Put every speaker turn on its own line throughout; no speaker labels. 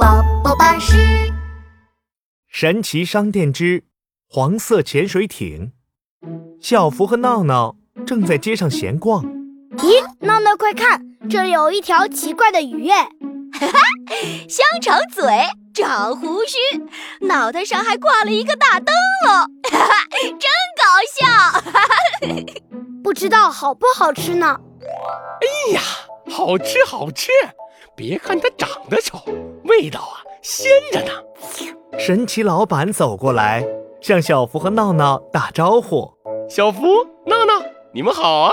巴士
神奇商店之黄色潜水艇。小福和闹闹正在街上闲逛，
咦，闹闹快看，这里有一条奇怪的鱼哎！
香肠嘴，长胡须，脑袋上还挂了一个大灯笼， 哈哈，真搞笑！
不知道好不好吃呢？
哎呀，好吃好吃！别看它长得丑，味道啊鲜着呢。
神奇老板走过来，向小福和闹闹打招呼。
小福、闹闹，你们好啊！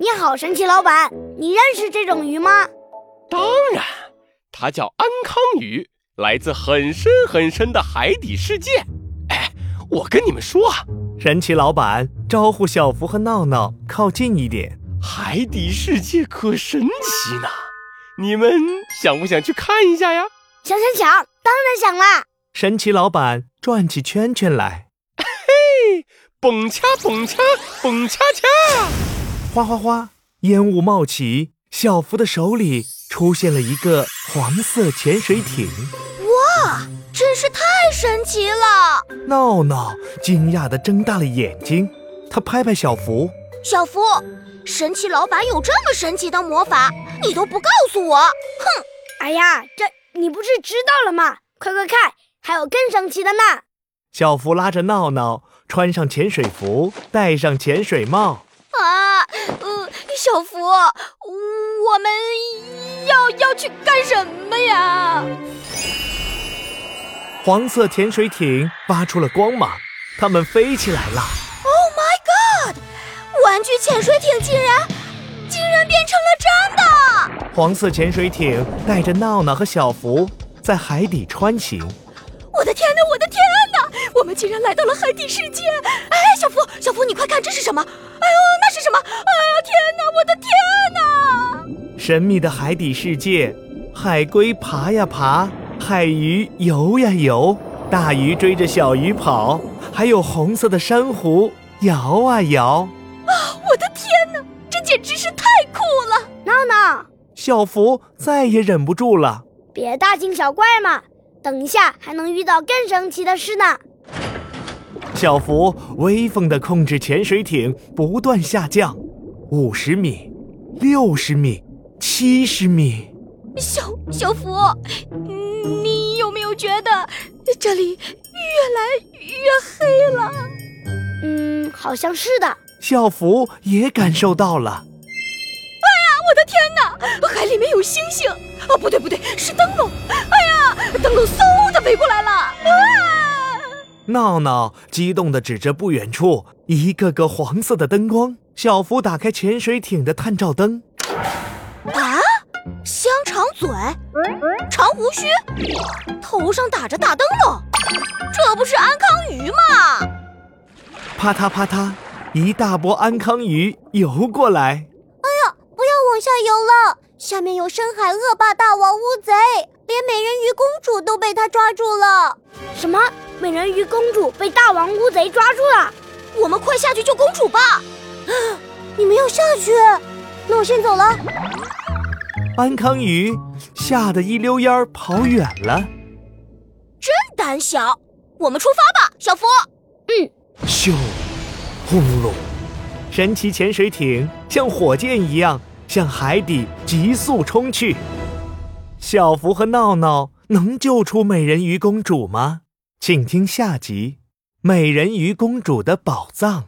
你好，神奇老板，你认识这种鱼吗？
当然，它叫安康鱼，来自很深很深的海底世界。哎，我跟你们说啊，
神奇老板招呼小福和闹闹靠近一点。
海底世界可神奇呢，你们想不想去看一下呀？
想想想，当然想啦！
神奇老板转起圈圈来，
嘿，蹦恰蹦恰蹦恰恰！
哗哗哗，烟雾冒起，小福的手里出现了一个黄色潜水艇。
真是太神奇了！
闹闹惊讶地睁大了眼睛，他拍拍小福，
小福，神奇老板有这么神奇的魔法，你都不告诉我！
哎呀，这你不是知道了吗？快快看，还有更神奇的呢！
小福拉着闹闹穿上潜水服，戴上潜水帽。
啊，呃，小福，我们要要去干什么呀？
黄色潜水艇发出了光芒，它们飞起来了。
玩具潜水艇竟然竟然变成了真的！
黄色潜水艇带着闹闹和小福在海底穿行。
我的天哪，我的天哪！我们竟然来到了海底世界！哎，小福，小福，你快看，这是什么？哎呦，那是什么？哎呀，天哪，我的天哪！
神秘的海底世界，海龟爬呀爬，海鱼游呀游，大鱼追着小鱼跑，还有红色的珊瑚摇啊摇。
我的天哪，这简直是太酷了！
闹闹，
小福再也忍不住了。
别大惊小怪嘛，等一下还能遇到更神奇的事呢。
小福威风地控制潜水艇不断下降，五十米、六十米、七十米。
小小福，你有没有觉得这里越来越黑了？
嗯，好像是的。
小福也感受到了，
我的天哪，海里面有星星！哦，不对不对，是灯笼！哎呀，灯笼嗖的飞过来了！啊！
闹闹激动地指着不远处一个个黄色的灯光。小福打开潜水艇的探照灯，
啊，香肠嘴，长胡须，头上打着大灯笼，这不是安康鱼吗？
啪嗒啪嗒，一大波安康鱼游过来。
不要往下游了，下面有深海恶霸大王乌贼，连美人鱼公主都被他抓住了。
什么？美人鱼公主被大王乌贼抓住了？
我们快下去救公主吧！啊你们要下去？那我先走了。
安康鱼吓得一溜烟儿跑远了。
真胆小！我们出发吧，小福。
咻，轰隆！神奇潜水艇像火箭一样向海底急速冲去。小福和闹闹能救出美人鱼公主吗？请听下集《美人鱼公主的宝藏》。